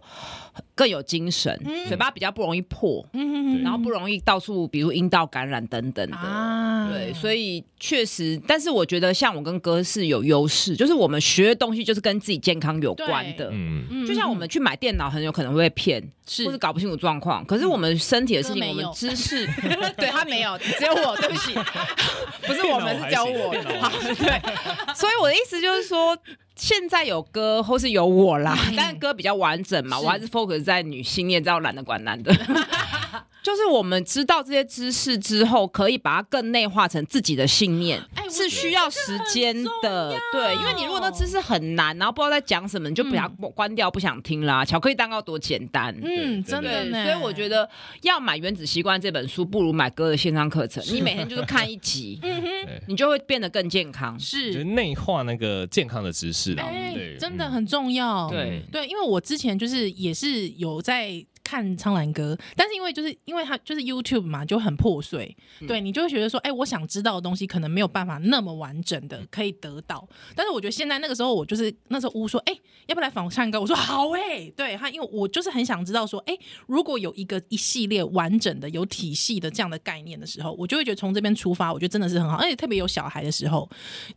Speaker 2: 更有精神，嘴巴比较不容易破，
Speaker 1: 嗯，
Speaker 2: 然后不容易到处比如阴道感染等等的。
Speaker 1: 啊，
Speaker 2: 对，
Speaker 1: 以
Speaker 2: 所以确实，但是我觉得像我跟哥是有优势，就是我们学的东西就是跟自己健康有关 的。
Speaker 3: 嗯，
Speaker 2: 就像我们去买电脑，很有可能会被骗，
Speaker 1: 是
Speaker 2: 或是搞不清楚状况。可是我们身体的事情，
Speaker 1: 哥没
Speaker 2: 我
Speaker 1: 有
Speaker 2: 们 知识，
Speaker 1: 嗯
Speaker 2: 对他没有，只有我，对不起，不是我们，是只有我。
Speaker 3: 电脑我
Speaker 2: 好，对，所以我的意思就是说。现在有哥，或是有我 啦，但是哥比较完整嘛，
Speaker 1: 嗯是
Speaker 2: 我还是 focus 在女性，你也知道，懒得管 男的。就是我们知道这些知识之后，可以把它更内化成自己的信念，
Speaker 1: 哎我觉
Speaker 2: 是
Speaker 1: 得
Speaker 2: 需要时间
Speaker 1: 这
Speaker 2: 的
Speaker 1: 个很重要。
Speaker 2: 对，因为你如果那知识很难，然后不知道在讲什么，你就把它关掉，不想听啦。巧克力蛋糕多简单。
Speaker 1: 嗯，
Speaker 3: 对
Speaker 1: 真的
Speaker 2: 对，
Speaker 1: 呢。
Speaker 2: 所以我觉得要买《原子习惯》这本书，不如买哥的线上课程。你每天就是看一集，
Speaker 1: 嗯
Speaker 3: 对
Speaker 2: 你就会变得更健康。
Speaker 3: 就是
Speaker 1: 是，
Speaker 3: 内化那个健康的知识啦，
Speaker 1: 哎
Speaker 3: 对，，
Speaker 1: 真
Speaker 2: 嗯
Speaker 1: 的很重要。
Speaker 2: 对
Speaker 1: 对，因为我之前就是也是有在看苍兰哥，但是因为就是因为他就是 YouTube 嘛，就很破碎，对你就会觉得说，哎、我想知道的东西可能没有办法那么完整的可以得到。但是我觉得现在那个时候，我就是那时候乌说，哎、要不要来访唱歌？我说好哎、对他，因为我就是很想知道说，哎、如果有一个一系列完整的有体系的这样的概念的时候，我就会觉得从这边出发，我觉得真的是很好，而且特别有小孩的时候，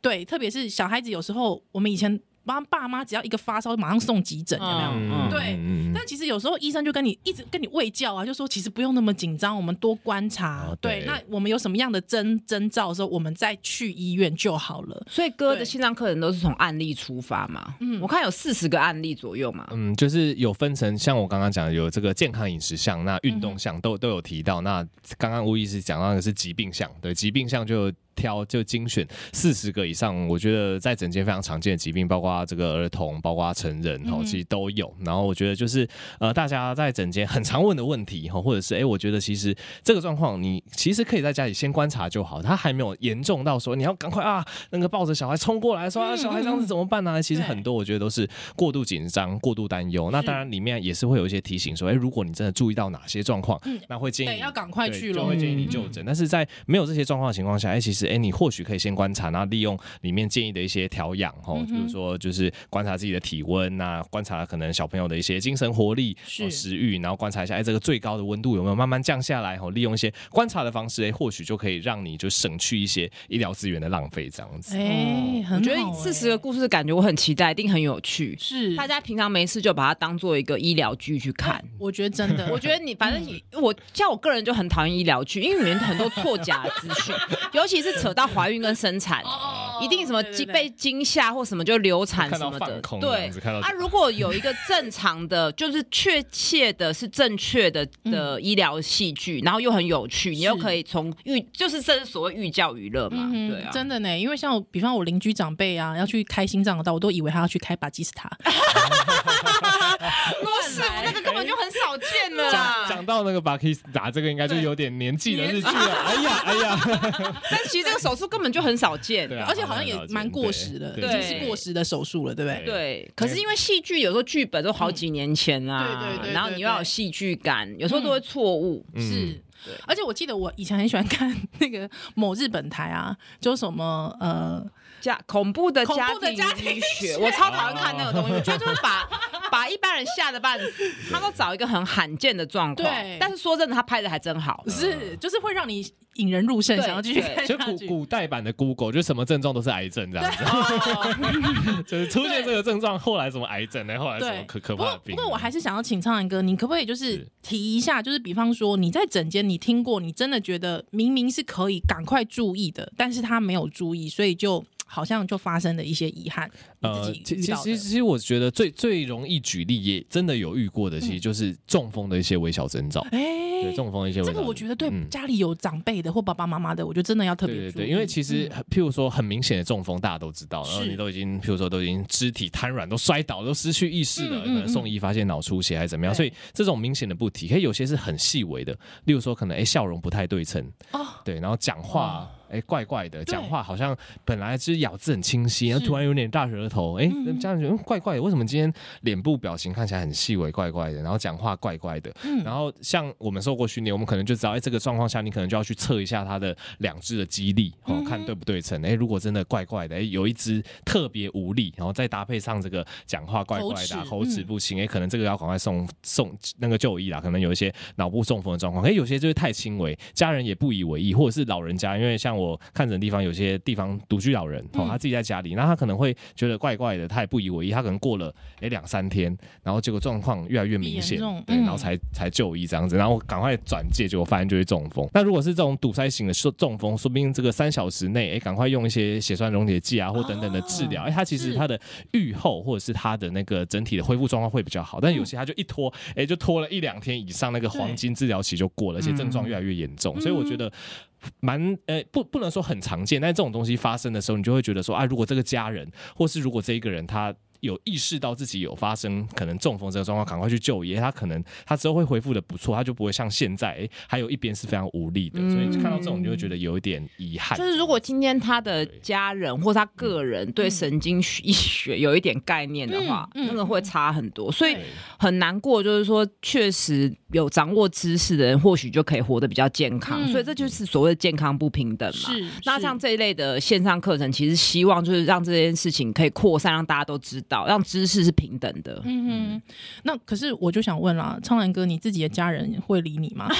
Speaker 1: 对，特别是小孩子有时候我们以前。妈爸妈只要一个发烧，马上送急诊，有没有？
Speaker 2: 嗯
Speaker 1: 对
Speaker 3: 嗯
Speaker 1: 但其实有时候医生就跟你一直跟你喂教啊，就说其实不用那么紧张，我们多观察。
Speaker 3: 哦
Speaker 1: 对
Speaker 3: 对
Speaker 1: 那我们有什么样的征征兆的时候，我们再去医院就好了。
Speaker 2: 所以哥的
Speaker 1: 对
Speaker 2: 线上课程都是从案例出发嘛。
Speaker 1: 嗯
Speaker 2: 我看有四十个案例左右嘛。
Speaker 3: 嗯，就是有分成，像我刚刚讲的有这个健康饮食项，那运动项都、都有提到。那刚刚吴医师讲到的是疾病项，对疾病项就挑就精选四十个以上，我觉得在整间非常常见的疾病，包括这个儿童，包括成人哦，
Speaker 1: 嗯
Speaker 3: 其实都有。然后我觉得就是呃，大家在整间很常问的问题哈，或者是哎、诶我觉得其实这个状况你其实可以在家里先观察就好，他还没有严重到说你要赶快啊，那个抱着小孩冲过来说啊，
Speaker 1: 嗯
Speaker 3: 小孩这样子怎么办呢、啊其实
Speaker 1: 对
Speaker 3: 很多我觉得都是过度紧张、过度担忧。那
Speaker 1: 是
Speaker 3: 当然里面也是会有一些提醒说，哎、如果你真的注意到哪些状况，
Speaker 1: 嗯
Speaker 3: 那会建
Speaker 1: 对，
Speaker 3: 议
Speaker 1: 要赶快
Speaker 3: 对
Speaker 1: 去
Speaker 3: 就
Speaker 1: 咯。
Speaker 3: 会建议你
Speaker 1: 嗯
Speaker 3: 就诊。但是在没有这些状况的情况下，哎、其实哎、你或许可以先观察，然后利用里面建议的一些调养，吼、
Speaker 1: 嗯哼
Speaker 3: 比如说就是观察自己的体温呐、观察可能小朋友的一些精神活力、
Speaker 1: 是
Speaker 3: 哦食欲，然后观察一下，哎、这个最高的温度有没有慢慢降下来？吼、利用一些观察的方式，哎、或许就可以让你就省去一些医疗资源的浪费，这样子。
Speaker 1: 哎、很
Speaker 2: 哦我觉
Speaker 1: 好
Speaker 2: 得
Speaker 1: 哎
Speaker 2: 四十个故事，感觉我很期待，一定很有趣。
Speaker 1: 是
Speaker 2: 大。家平常没事就把它当做一个医疗剧去看。
Speaker 1: 我觉得真的，
Speaker 2: 我觉得你反正你我像我个人就很
Speaker 1: 哦
Speaker 3: 哦
Speaker 2: 讨厌医疗剧，因为里面很多错假的资讯，尤其是扯到怀孕跟生产。 一定什么
Speaker 1: 对对
Speaker 2: 惊
Speaker 1: 对
Speaker 2: 被惊吓或什么就流产
Speaker 3: 看
Speaker 2: 什
Speaker 3: 到
Speaker 2: 么
Speaker 3: 放
Speaker 2: 的
Speaker 3: 空，这
Speaker 2: 对
Speaker 3: 样子，看到
Speaker 2: 啊，如果有一个正常的， 就是确切的、是正确的的
Speaker 1: 嗯
Speaker 2: 医疗戏剧，然后又很有趣，你又可以从寓，就是这是所谓寓教于乐嘛，
Speaker 1: 嗯
Speaker 2: 对
Speaker 1: 哼，
Speaker 2: 啊，
Speaker 1: 真的呢，因为像我比方我邻居长辈啊，要去开心脏的刀，我都以为他要去开巴基斯塔，
Speaker 2: 不是那个根本就很少见 了
Speaker 1: 啊
Speaker 3: 讲
Speaker 2: 啦
Speaker 3: 讲。到那个把 kiss 打这个，应该就有点年纪的日剧了。哎呀哎呀，
Speaker 2: 但其实这个手术根本就很少见，
Speaker 3: 对啊
Speaker 1: 而且好像也蛮过时的，
Speaker 3: 对
Speaker 1: 已
Speaker 2: 对
Speaker 1: 经是过时的手术了，对不对？
Speaker 2: 对，可是因为戏剧有时候剧本都好几年前
Speaker 1: 嗯对
Speaker 2: 啊
Speaker 1: 对对，对
Speaker 2: 然后你又要有戏剧感，有时候都会错误。
Speaker 3: 嗯
Speaker 1: 是。
Speaker 2: 对
Speaker 1: 而且我记得我以前很喜欢看那个某日本台啊，就什么呃，
Speaker 2: 家恐怖的
Speaker 1: 恐
Speaker 2: 家
Speaker 1: 怖的
Speaker 2: 庭
Speaker 1: 家庭
Speaker 2: 医
Speaker 1: 学
Speaker 2: 学，我超讨厌看那个东西，我觉得就是 把把一般人吓得半死。他都找一个很罕见的状况
Speaker 1: 对，
Speaker 2: 但是说真的，他拍的还真好。
Speaker 1: 是就是会让你引人入胜，
Speaker 2: 呃对
Speaker 1: 想要继续看
Speaker 3: 就
Speaker 1: 下
Speaker 3: 古
Speaker 1: 去。
Speaker 3: 古代版的 Google，就什么症状都是癌症这样子，
Speaker 2: 哦
Speaker 3: 就是出现这个症状，后来什么癌症，然后后来什么可可
Speaker 1: 不
Speaker 3: 怕的
Speaker 1: 过，
Speaker 3: 病。啊
Speaker 1: 不过我还是想要请苍兰哥，你可不可以就是
Speaker 3: 是
Speaker 1: 提一下，就是比方说你在整间你听过，你真的觉得明明是可以赶快注意的，但是他没有注意，所以就好像就发生了一些遗憾。你自己
Speaker 3: 其
Speaker 1: 遇
Speaker 3: 呃其
Speaker 1: 到的
Speaker 3: 实其实我觉得最最容易举例，也真的有遇过的，
Speaker 1: 嗯
Speaker 3: 其实就是中风的一些微小征兆。对，
Speaker 1: 哎，
Speaker 3: 中风的一些微
Speaker 1: 这
Speaker 3: 小
Speaker 1: 个我觉得对
Speaker 3: 嗯
Speaker 1: 家里有长辈的或爸爸妈妈的，我觉得真的要特
Speaker 3: 对
Speaker 1: 别
Speaker 3: 对
Speaker 1: 注意。嗯
Speaker 3: 对，因为其实很譬如说很明显的中风，大家都知道，然后
Speaker 1: 是
Speaker 3: 你都已经譬如说都已经肢体瘫软，都摔倒，都失去意识了，
Speaker 1: 嗯嗯
Speaker 3: 可能送医发现脑出血还是怎么样，
Speaker 1: 对
Speaker 3: 所以这种明显的不提，可以有些是很细微的，例如说可能哎、笑容不太对称，
Speaker 1: 哦
Speaker 3: 对，然后讲话。哎，怪怪的，
Speaker 1: 对
Speaker 3: 讲话好像本来就是咬字很清晰，然后
Speaker 1: 是
Speaker 3: 突然有点大舌头，哎
Speaker 1: 嗯嗯，
Speaker 3: 这样觉得嗯怪怪的，为什么今天脸部表情看起来很细微，怪怪的，然后讲话怪怪的，
Speaker 1: 嗯
Speaker 3: 然后像我们受过训练，我们可能就知道，哎，这个状况下你可能就要去测一下它的两只的肌力，哦
Speaker 1: 嗯，哼
Speaker 3: 看对不对称。哎，如果真的怪怪的，哎，有一只特别无力，然后再搭配上这个讲话怪怪的
Speaker 1: 口
Speaker 3: 啊、
Speaker 1: 齿嗯
Speaker 3: 口齿不清，哎，可能这个要赶快送送那个就医啦。可能有一些脑部中风的状况，哎，有些就是太轻微，家人也不以为意，或者是老人家，因为像我看诊的地方，有些地方独居老人，哦
Speaker 1: 嗯，
Speaker 3: 他自己在家里，那他可能会觉得怪怪的，他也不以为意，他可能过了哎两三天，然后结果状况越来越明
Speaker 1: 严
Speaker 3: 显
Speaker 1: 重，
Speaker 3: 对，
Speaker 1: 嗯
Speaker 3: 然后才。才才就医这样子，然后赶快转介，结果发现就是中风。那如果是这种堵塞型的中中风，说不定这个三小时内，哎，赶快用一些血栓溶解剂啊，或等等的治疗，哎、它其
Speaker 1: 是
Speaker 3: 实它的愈后或者是它的那个整体的恢复状况会比较好。但有些它就一拖，哎，就拖了一两天以上，那个黄金治疗期就过了，而且症状越来越严重。所以我觉得蛮呃不不能说很常见，但是这种东西发生的时候，你就会觉得说啊，如果这个家人或是如果这一个人他。有意识到自己有发生可能中风这个状况，赶快去就医。他可能他之后会恢复的不错，他就不会像现在，诶还有一边是非常无力的。所以看到这种，你就会觉得有一点遗憾。
Speaker 2: 就是如果今天他的家人或他个人对神经学医学有一点概念的话，
Speaker 1: 嗯嗯
Speaker 2: 那个会差很多，所以
Speaker 3: 对
Speaker 2: 很难过。就是说，确实有掌握知识的人，或许就可以活得比较健康，
Speaker 1: 嗯
Speaker 2: 所以这就是所谓的健康不平等嘛。
Speaker 1: 是
Speaker 2: 那
Speaker 1: 是
Speaker 2: 像这一类的线上课程，其实希望就是让这件事情可以扩散，让大家都知道，让知识是平等的。
Speaker 1: 嗯哼，那可是我就想问啦，苍兰哥，你自己的家人会理你 吗？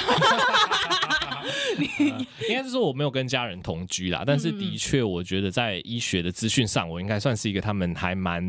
Speaker 3: 应该是说我没有跟家人同居啦，但是
Speaker 2: 嗯
Speaker 3: 的确，我觉得在医学的资讯上，我应该算是一个他们还蛮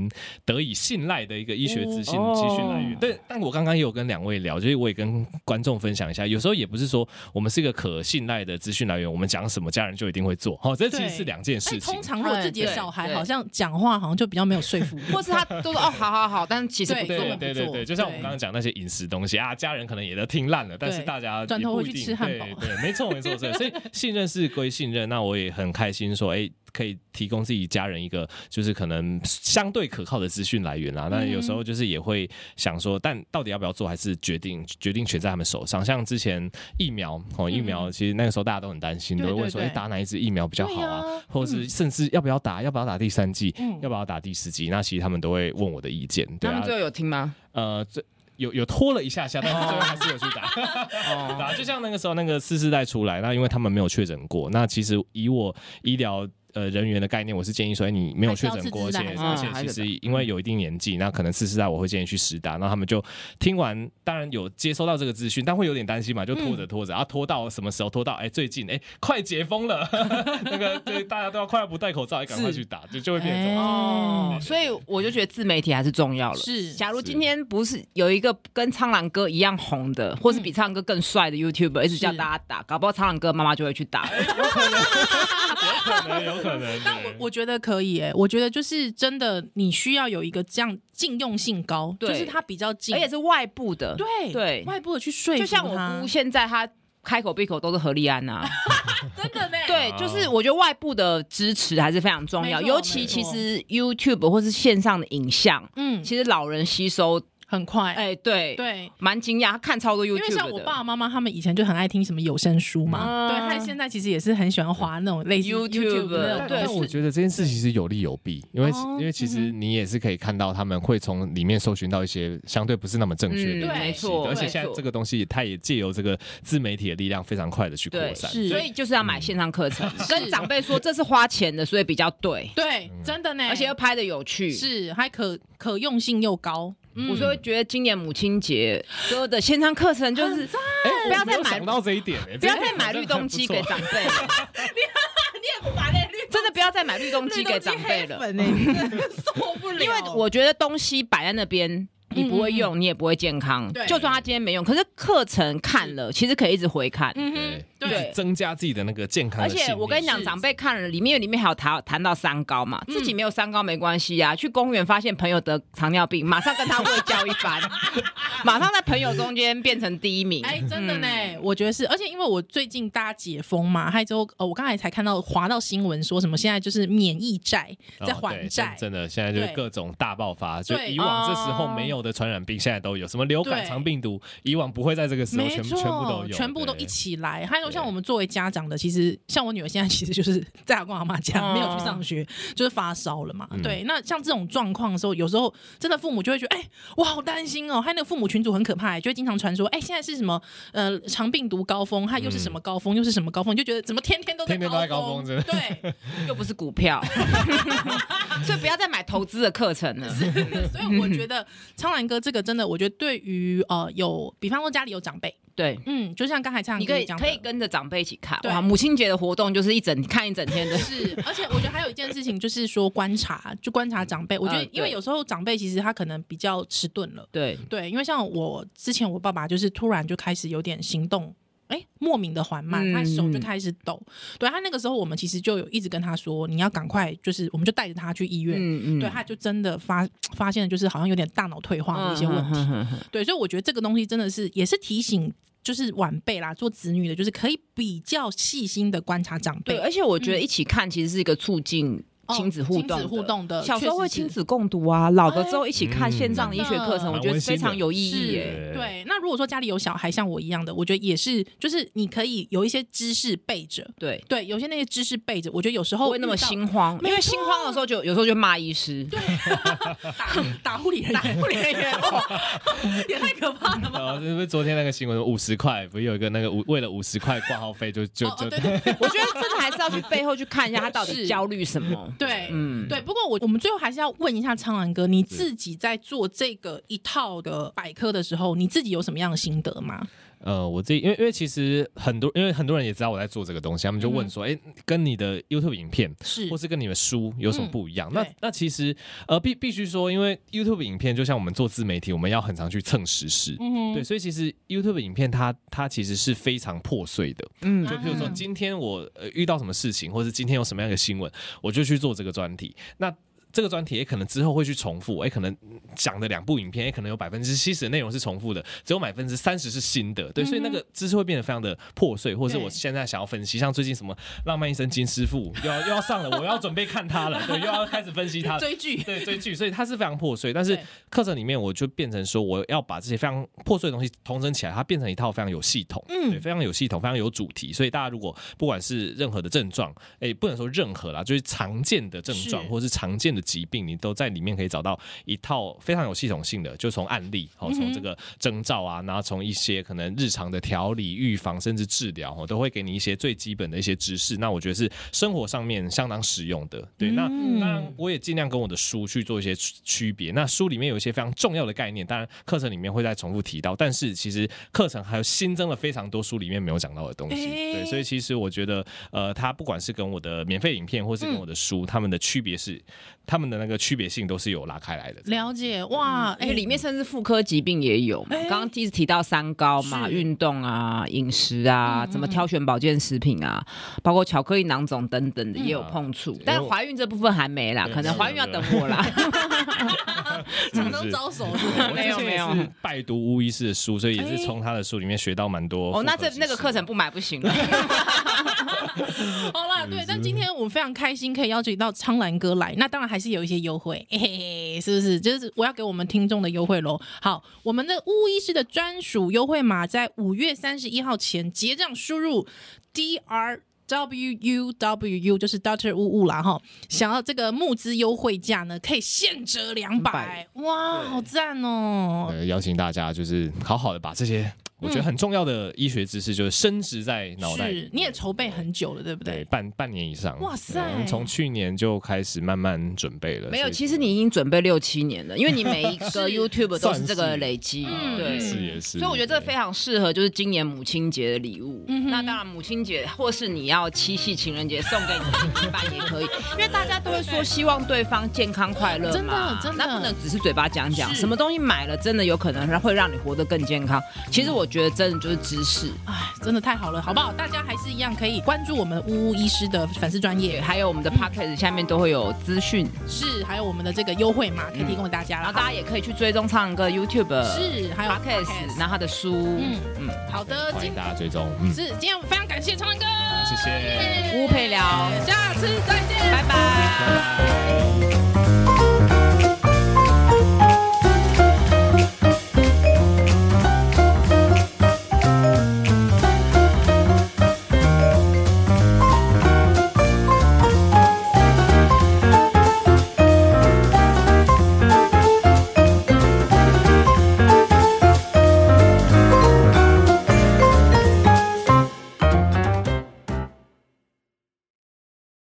Speaker 3: 得以信赖的一个医学资讯
Speaker 2: 哦
Speaker 3: 资讯来源。对，但我刚刚也有跟两位聊，就是我也跟观众分享一下，有时候也不是说我们是一个可信赖的资讯来源，我们讲什么家人就一定会做。哦，这其实是两件
Speaker 1: 哎
Speaker 3: 事情
Speaker 1: 通。常如果自己的
Speaker 2: 哎
Speaker 1: 小孩
Speaker 2: 对
Speaker 1: 好像讲话好像就比较没有说服力，
Speaker 2: 或是他都说哦，好好好，但是其实不
Speaker 1: 对
Speaker 2: 做
Speaker 1: 根本不
Speaker 3: 对对对
Speaker 1: 做
Speaker 3: 对，就像我们
Speaker 1: 对
Speaker 3: 刚刚讲那些饮食东西啊，家人可能也都听烂了，但是
Speaker 1: 对
Speaker 3: 大家也
Speaker 1: 转头
Speaker 3: 不
Speaker 1: 回
Speaker 3: 一
Speaker 1: 去
Speaker 3: 定
Speaker 1: 吃汉
Speaker 3: 对
Speaker 1: 堡
Speaker 3: 对，没错没错，对， 所以信任是归信任，那我也很开心说，哎。可以提供自己家人一个就是可能相对可靠的资讯来源啦。那
Speaker 1: 嗯
Speaker 3: 有时候就是也会想说，但到底要不要做，还是决定决定权在他们手上。像之前疫苗哦，疫苗其实那个时候大家都很担心，
Speaker 1: 嗯对
Speaker 3: 都会问
Speaker 1: 对
Speaker 3: 说，
Speaker 1: 对
Speaker 3: 哎，打哪一支疫苗 比较好啊
Speaker 1: 对啊？
Speaker 2: 嗯
Speaker 3: 或者是甚至要不要打，要不要打第三剂
Speaker 1: 嗯，
Speaker 3: 要不要打第四剂？那其实他们都会问我的意见。对
Speaker 2: 他
Speaker 3: 啊
Speaker 2: 们，最后有听吗？
Speaker 3: 呃，这有有拖了一下下，但是最后还是有去打。啊
Speaker 2: 哦，
Speaker 3: 打就像那个时候那个四世代出来，那因为他们没有确诊过，那其实以我医疗。呃，人员的概念，我是建议说，哎你没有确诊过，
Speaker 1: 还是
Speaker 3: 而且
Speaker 1: 要
Speaker 3: 而
Speaker 2: 四世代还是要
Speaker 3: 且其实因为有一定年纪，那可能四世代我会建议去实打，那他们就听完，当然有接收到这个资讯，但会有点担心嘛，就拖着拖着，然后拖到什么时候？拖到哎最近哎快解封了，那个对大家都要快要不戴口罩，哎赶快
Speaker 2: 是
Speaker 3: 去打，就就会变成这种
Speaker 2: 哦，所以我就觉得自媒体还是重要了。
Speaker 1: 是
Speaker 2: 假如今天不是有一个跟苍狼哥一样红的，或是比苍狼哥更帅的 YouTuber 一直叫
Speaker 1: 是
Speaker 2: 大家打，搞不好苍狼哥妈妈就会去打。
Speaker 3: 啊可能有可能。
Speaker 1: 但我我觉得可以诶、我觉得就是真的，你需要有一个这样禁用性高，
Speaker 2: 对
Speaker 1: 就是它比较禁，
Speaker 2: 而且是外部的，
Speaker 1: 对
Speaker 2: 对
Speaker 1: 外部的去说服
Speaker 2: 就像我
Speaker 1: 他
Speaker 2: 姑现在她开口闭口都是何立安啊呐、
Speaker 1: 真的呢，
Speaker 2: 对，就是我觉得外部的支持还是非常重要，
Speaker 1: 哦没错
Speaker 2: 尤其
Speaker 1: 没
Speaker 2: 其
Speaker 1: 错
Speaker 2: 实 YouTube 或是线上的影像，
Speaker 1: 嗯，
Speaker 2: 其实老人吸收，
Speaker 1: 很快，
Speaker 2: 哎、对，
Speaker 1: 对。
Speaker 2: 蛮惊讶，他看超多 YouTube
Speaker 1: 因
Speaker 2: 的。
Speaker 1: 为像我爸爸妈妈他们以前就很爱听什么有声书嘛，
Speaker 2: 嗯
Speaker 1: 对，他现在其实也是很喜欢滑那种类似
Speaker 2: YouTube
Speaker 1: YouTube 的那种
Speaker 3: 但但
Speaker 1: 东
Speaker 3: 我
Speaker 1: 西。
Speaker 3: 觉得这件事其实有利有弊，因为其
Speaker 1: 哦
Speaker 3: 因为其实
Speaker 1: 嗯
Speaker 3: 你也是可以看到他们会从里面搜寻到一些相对不是那么正确
Speaker 1: 对
Speaker 3: 的东西
Speaker 2: 嗯没
Speaker 3: 的
Speaker 2: 错，
Speaker 3: 而且现在这个东西也它也借由这个自媒体的力量非常快的去扩
Speaker 2: 对
Speaker 3: 散，
Speaker 1: 是
Speaker 2: 所以就是要买线上课程，
Speaker 1: 嗯 是
Speaker 2: 跟长辈说这是花钱的，所以比较对，
Speaker 1: 对，真的呢，
Speaker 2: 而且又拍的有趣。
Speaker 1: 哎是还可可用性又高，嗯
Speaker 2: 我就会觉得今年母亲节哥的线上课程就是
Speaker 3: 哎，
Speaker 2: 不
Speaker 3: 我
Speaker 2: 要
Speaker 3: 没
Speaker 2: 再
Speaker 3: 有
Speaker 2: 买
Speaker 3: 想到这一点，哎
Speaker 2: 不要
Speaker 3: 这
Speaker 2: 再
Speaker 3: 个
Speaker 2: 买
Speaker 3: 好像
Speaker 2: 绿动机
Speaker 3: 还
Speaker 2: 给
Speaker 3: 不错
Speaker 2: 长辈了，
Speaker 1: 你也不把那绿
Speaker 2: 真的不要再买绿 动机给长辈了，
Speaker 1: 呢，受不了。
Speaker 2: 因为我觉得东西摆在那边。你不会用，你也不会健康。
Speaker 1: 嗯对
Speaker 2: 就算他今天没用，可是课程看了，其实可以一直回看。
Speaker 1: 嗯哼对
Speaker 3: 对，
Speaker 2: 对，
Speaker 3: 增加自己的那个健康
Speaker 2: 而
Speaker 3: 的信念。
Speaker 2: 且我跟你讲，
Speaker 1: 是嗯
Speaker 2: 长辈看了里面里面还有谈谈到三高嘛，自己没有三高没关系啊。去公园发现朋友得糖尿病，马上跟他喂教一 番，马上在朋友中间变成第一名。
Speaker 1: 哎，真的呢，我觉得是，而且因为我最近大家解封嘛，还有之后呃，我刚才才看到划到新闻说什么现在就是免疫债
Speaker 3: 哦
Speaker 1: 在
Speaker 3: 对
Speaker 1: 还
Speaker 3: 真
Speaker 1: 债，
Speaker 3: 真的现在就是
Speaker 1: 对
Speaker 3: 各种大爆发，就
Speaker 1: 对
Speaker 3: 以往这时候
Speaker 2: 哦
Speaker 3: 没有的传染病，现在都有，什么流感、
Speaker 1: 对
Speaker 3: 肠病毒，以往不会在这个时候
Speaker 1: 没
Speaker 3: 全部
Speaker 1: 错，
Speaker 3: 全部都有，
Speaker 1: 全部都一
Speaker 3: 对。
Speaker 1: 起来。还有像
Speaker 3: 对
Speaker 1: 我们作为家长的，其实像我女儿现在其实就是在阿公阿妈家、
Speaker 2: 嗯
Speaker 1: 没有去上学，就是发烧了嘛。
Speaker 3: 嗯
Speaker 1: 对，那像这种状况的时候，有时候真的父母就会觉得，哎、我好担心哦。还有那个父母群组很可怕、就会经常传说，哎、现在是什么呃长病毒高峰，还有又是什么高峰，又是什么高峰，你就觉得怎么天天都在
Speaker 3: 嗯天天都在高
Speaker 1: 峰，
Speaker 3: 峰真的
Speaker 1: 对。
Speaker 2: 又不是股票，所以不要再买投资的课程了。
Speaker 1: 所以我觉得苍兰哥这个真的，我觉得对于呃有，比方说家里有长辈，
Speaker 2: 对，
Speaker 1: 嗯，就像刚才苍
Speaker 2: 你
Speaker 1: 兰
Speaker 2: 可
Speaker 1: 哥
Speaker 2: 以
Speaker 1: 讲
Speaker 2: 可
Speaker 1: 的，
Speaker 2: 以跟着长辈一起看。
Speaker 1: 对
Speaker 2: 哇，母亲节的活动就是一整看一整天的。
Speaker 1: 是，而且我觉得还有一件事情就是说观察，就观察长辈。我觉得
Speaker 2: 嗯，
Speaker 1: 因为
Speaker 2: 对
Speaker 1: 有时候长辈其实他可能比较迟钝了，
Speaker 2: 对，
Speaker 1: 对，因为像我之前我爸爸就是突然就开始有点行动。哎，莫名的缓慢，他手就
Speaker 2: 嗯
Speaker 1: 开始抖。对他那个时候，我们其实就有一直跟他说，你要赶快，就是我们就带着他去医院。
Speaker 2: 嗯
Speaker 1: 对，他就真的发发现，就是好像有点大脑退化的一些问题。
Speaker 2: 嗯
Speaker 1: 对，所以我觉得这个东西真的是也是提醒，就是晚辈啦，做子女的，就是可以比较细心的观察长辈
Speaker 2: 对，。而且我觉得一起看其实是一个促进呃
Speaker 1: 哦
Speaker 2: 亲子互动的、
Speaker 1: 亲子互动的
Speaker 2: 小时候会
Speaker 1: 确实是
Speaker 2: 亲子共读啊，老了之后一起看
Speaker 3: 嗯
Speaker 2: 线上的医学课程，
Speaker 1: 真
Speaker 3: 的
Speaker 2: 我觉得非常有意义
Speaker 1: 是
Speaker 2: 耶。
Speaker 3: 耶
Speaker 1: 对。那如果说家里有小孩，像我一样的，我觉得也是，就是你可以有一些知识背着，
Speaker 2: 对，
Speaker 1: 对，有些那些知识背着，我觉得有时候
Speaker 2: 不会那么
Speaker 1: 遇到
Speaker 2: 心慌，
Speaker 1: 没
Speaker 2: 因为心慌的时候就有时候就骂医师。
Speaker 1: 打打护理人员，打护理人员，哦， 也太可怕 了吧！
Speaker 3: 然后哦是不是昨天那个新闻五十块，不是有一个那个五为了五十块挂号费就就
Speaker 1: 哦，
Speaker 3: 就
Speaker 1: 哦对对对
Speaker 2: 我觉得真的还是要去背后去看一下他到底
Speaker 1: 是
Speaker 2: 焦虑什么。
Speaker 1: 对。
Speaker 2: 嗯，
Speaker 1: 对，不过我我们最后还是要问一下苍兰哥，你自己在做这个一套的百科的时候，你自己有什么样的心得吗？
Speaker 3: 呃，我自己因为因为其实很多因为很多人也知道我在做这个东西，他们就问说，哎、跟你的 YouTube 影片
Speaker 1: 是
Speaker 3: 或是跟你们书有什么不一样？
Speaker 1: 嗯
Speaker 3: 那
Speaker 1: 对
Speaker 3: 那其实呃必必须说，因为 YouTube 影片就像我们做自媒体，我们要很常去蹭时事，
Speaker 1: 嗯
Speaker 3: 对，所以其实 YouTube 影片它它其实是非常破碎的。
Speaker 2: 嗯
Speaker 3: 就譬如说
Speaker 1: 啊
Speaker 3: 今天我呃遇到什么事情，或是今天有什么样的新闻，我就去做这个专题。那这个专题也可能之后会去重复，哎，可能讲的两部影片，也可能有百分之七十的内容是重复的，只有百分之三十是新的，对，所以那个知识会变得非常的破碎，或是
Speaker 1: 对
Speaker 3: 我现在想要分析，像最近什么《浪漫医生金师傅》又要又要上了，我要准备看它了，对，又要开始分 析它了，
Speaker 1: 追剧，
Speaker 3: 对追剧，所以它是非常破碎。但是
Speaker 1: 对
Speaker 3: 课程里面，我就变成说，我要把这些非常破碎的东西统整起来，它变成一套非常有系统，
Speaker 1: 嗯
Speaker 3: 对，非常有系统，非常有主题。所以大家如果不管是任何的症状，哎、不能说任何啦，就是常见的症状
Speaker 1: 是
Speaker 3: 或是常见的疾病，你都在里面可以找到一套非常有系统性的，就从案例，哦，
Speaker 1: 嗯哼
Speaker 3: 从这个征兆啊，然后从一些可能日常的调理、预防甚至治疗，哦，都会给你一些最基本的一些知识。那我觉得是生活上面相当实用的。对，那
Speaker 1: 嗯
Speaker 3: 当然我也尽量跟我的书去做一些区区别。那书里面有一些非常重要的概念，当然课程里面会再重复提到，但是其实课程还有新增了非常多书里面没有讲到的东西。
Speaker 1: 诶
Speaker 3: 对，所以其
Speaker 2: 嗯
Speaker 3: 实我觉得，呃，它不管是跟我的免费影片，或是跟我的书，它们的区别是，他们的那个区别性都是有拉开来的。
Speaker 1: 了解哇，哎、
Speaker 2: 因
Speaker 3: 嗯
Speaker 2: 为里面甚至妇科疾病也有嘛。
Speaker 1: 哎
Speaker 2: 刚刚一直提到三高嘛，
Speaker 1: 是
Speaker 2: 运动啊、饮食啊，怎么挑选保健食品啊，包括巧克力囊肿等等的也有碰触。但怀孕这部分还没啦，
Speaker 3: 对
Speaker 2: 可能怀孕要等我啦。
Speaker 1: 常常招手是不
Speaker 3: 对
Speaker 1: 是
Speaker 3: 我
Speaker 2: 没有
Speaker 3: 之前也
Speaker 2: 没有
Speaker 3: 是拜读巫医师的书，所以也是
Speaker 1: 哎
Speaker 3: 从他的书里面学到蛮多。
Speaker 2: 哦，那这那个课程不买不行了。
Speaker 1: 好啦，对，但今天我们非常开心可以邀请到苍兰哥来，那当然还是有一些优惠， 嘿嘿，是不是？就是我要给我们听众的优惠喽。好，我们的巫医师的专属优惠码在五月三十一号前结账输入 D R。W U W U 就是 Doctor 呜呜啦哈，想要这个募资优惠价呢，可以现折两百，哇，好赞哦！
Speaker 3: 呃，邀请大家就是好好的把这些我
Speaker 2: 嗯
Speaker 3: 觉得很重要的医学知识，就是深植在脑袋里
Speaker 1: 是
Speaker 3: 面。，
Speaker 1: 你也筹备很久了，对不
Speaker 3: 对
Speaker 1: 对？
Speaker 3: 半半年以上。
Speaker 1: 哇塞
Speaker 3: 对我们从去年就开始慢慢准备了。
Speaker 2: 没有，
Speaker 3: 所以
Speaker 2: 其实你已经准备六七年了，因为你每一个 YouTube 都
Speaker 3: 算是
Speaker 2: 是这个累积
Speaker 1: 嗯，
Speaker 2: 对
Speaker 3: 也。是也是，
Speaker 2: 所以我觉得这非常适合，就是今年母亲节的礼物。
Speaker 1: 嗯哼
Speaker 2: 那当然，母亲节或是你要七夕情人节送给你的另一半也可以，因为大家都会说希望对方健康快乐嘛。
Speaker 1: 真的真的
Speaker 2: 那不能只是嘴巴讲讲，
Speaker 1: 是
Speaker 2: 什么东西买了真的有可能会让你活得更健康。其实我觉得真的就是知识，
Speaker 1: 哎，真的太好了，好不好？大家还是一样可以关注我们呜呜医师的粉丝专业
Speaker 2: 也，还有我们的
Speaker 1: 嗯
Speaker 2: Podcast 下面都会有资讯，
Speaker 1: 是，还有我们的这个优惠码可以提供给大家了。
Speaker 2: 然后大家也可以去追踪唱歌 YouTube
Speaker 1: 是，还有
Speaker 2: 呃 Podcast，然后他的书，
Speaker 1: 嗯
Speaker 2: 嗯
Speaker 1: 好的，
Speaker 3: 欢
Speaker 1: 今
Speaker 3: 迎大家追踪。嗯，
Speaker 1: 是今天我们非常感谢超人哥，
Speaker 3: 谢谢。
Speaker 2: 嗯，无配聊。
Speaker 1: 下次再见，
Speaker 2: 拜拜。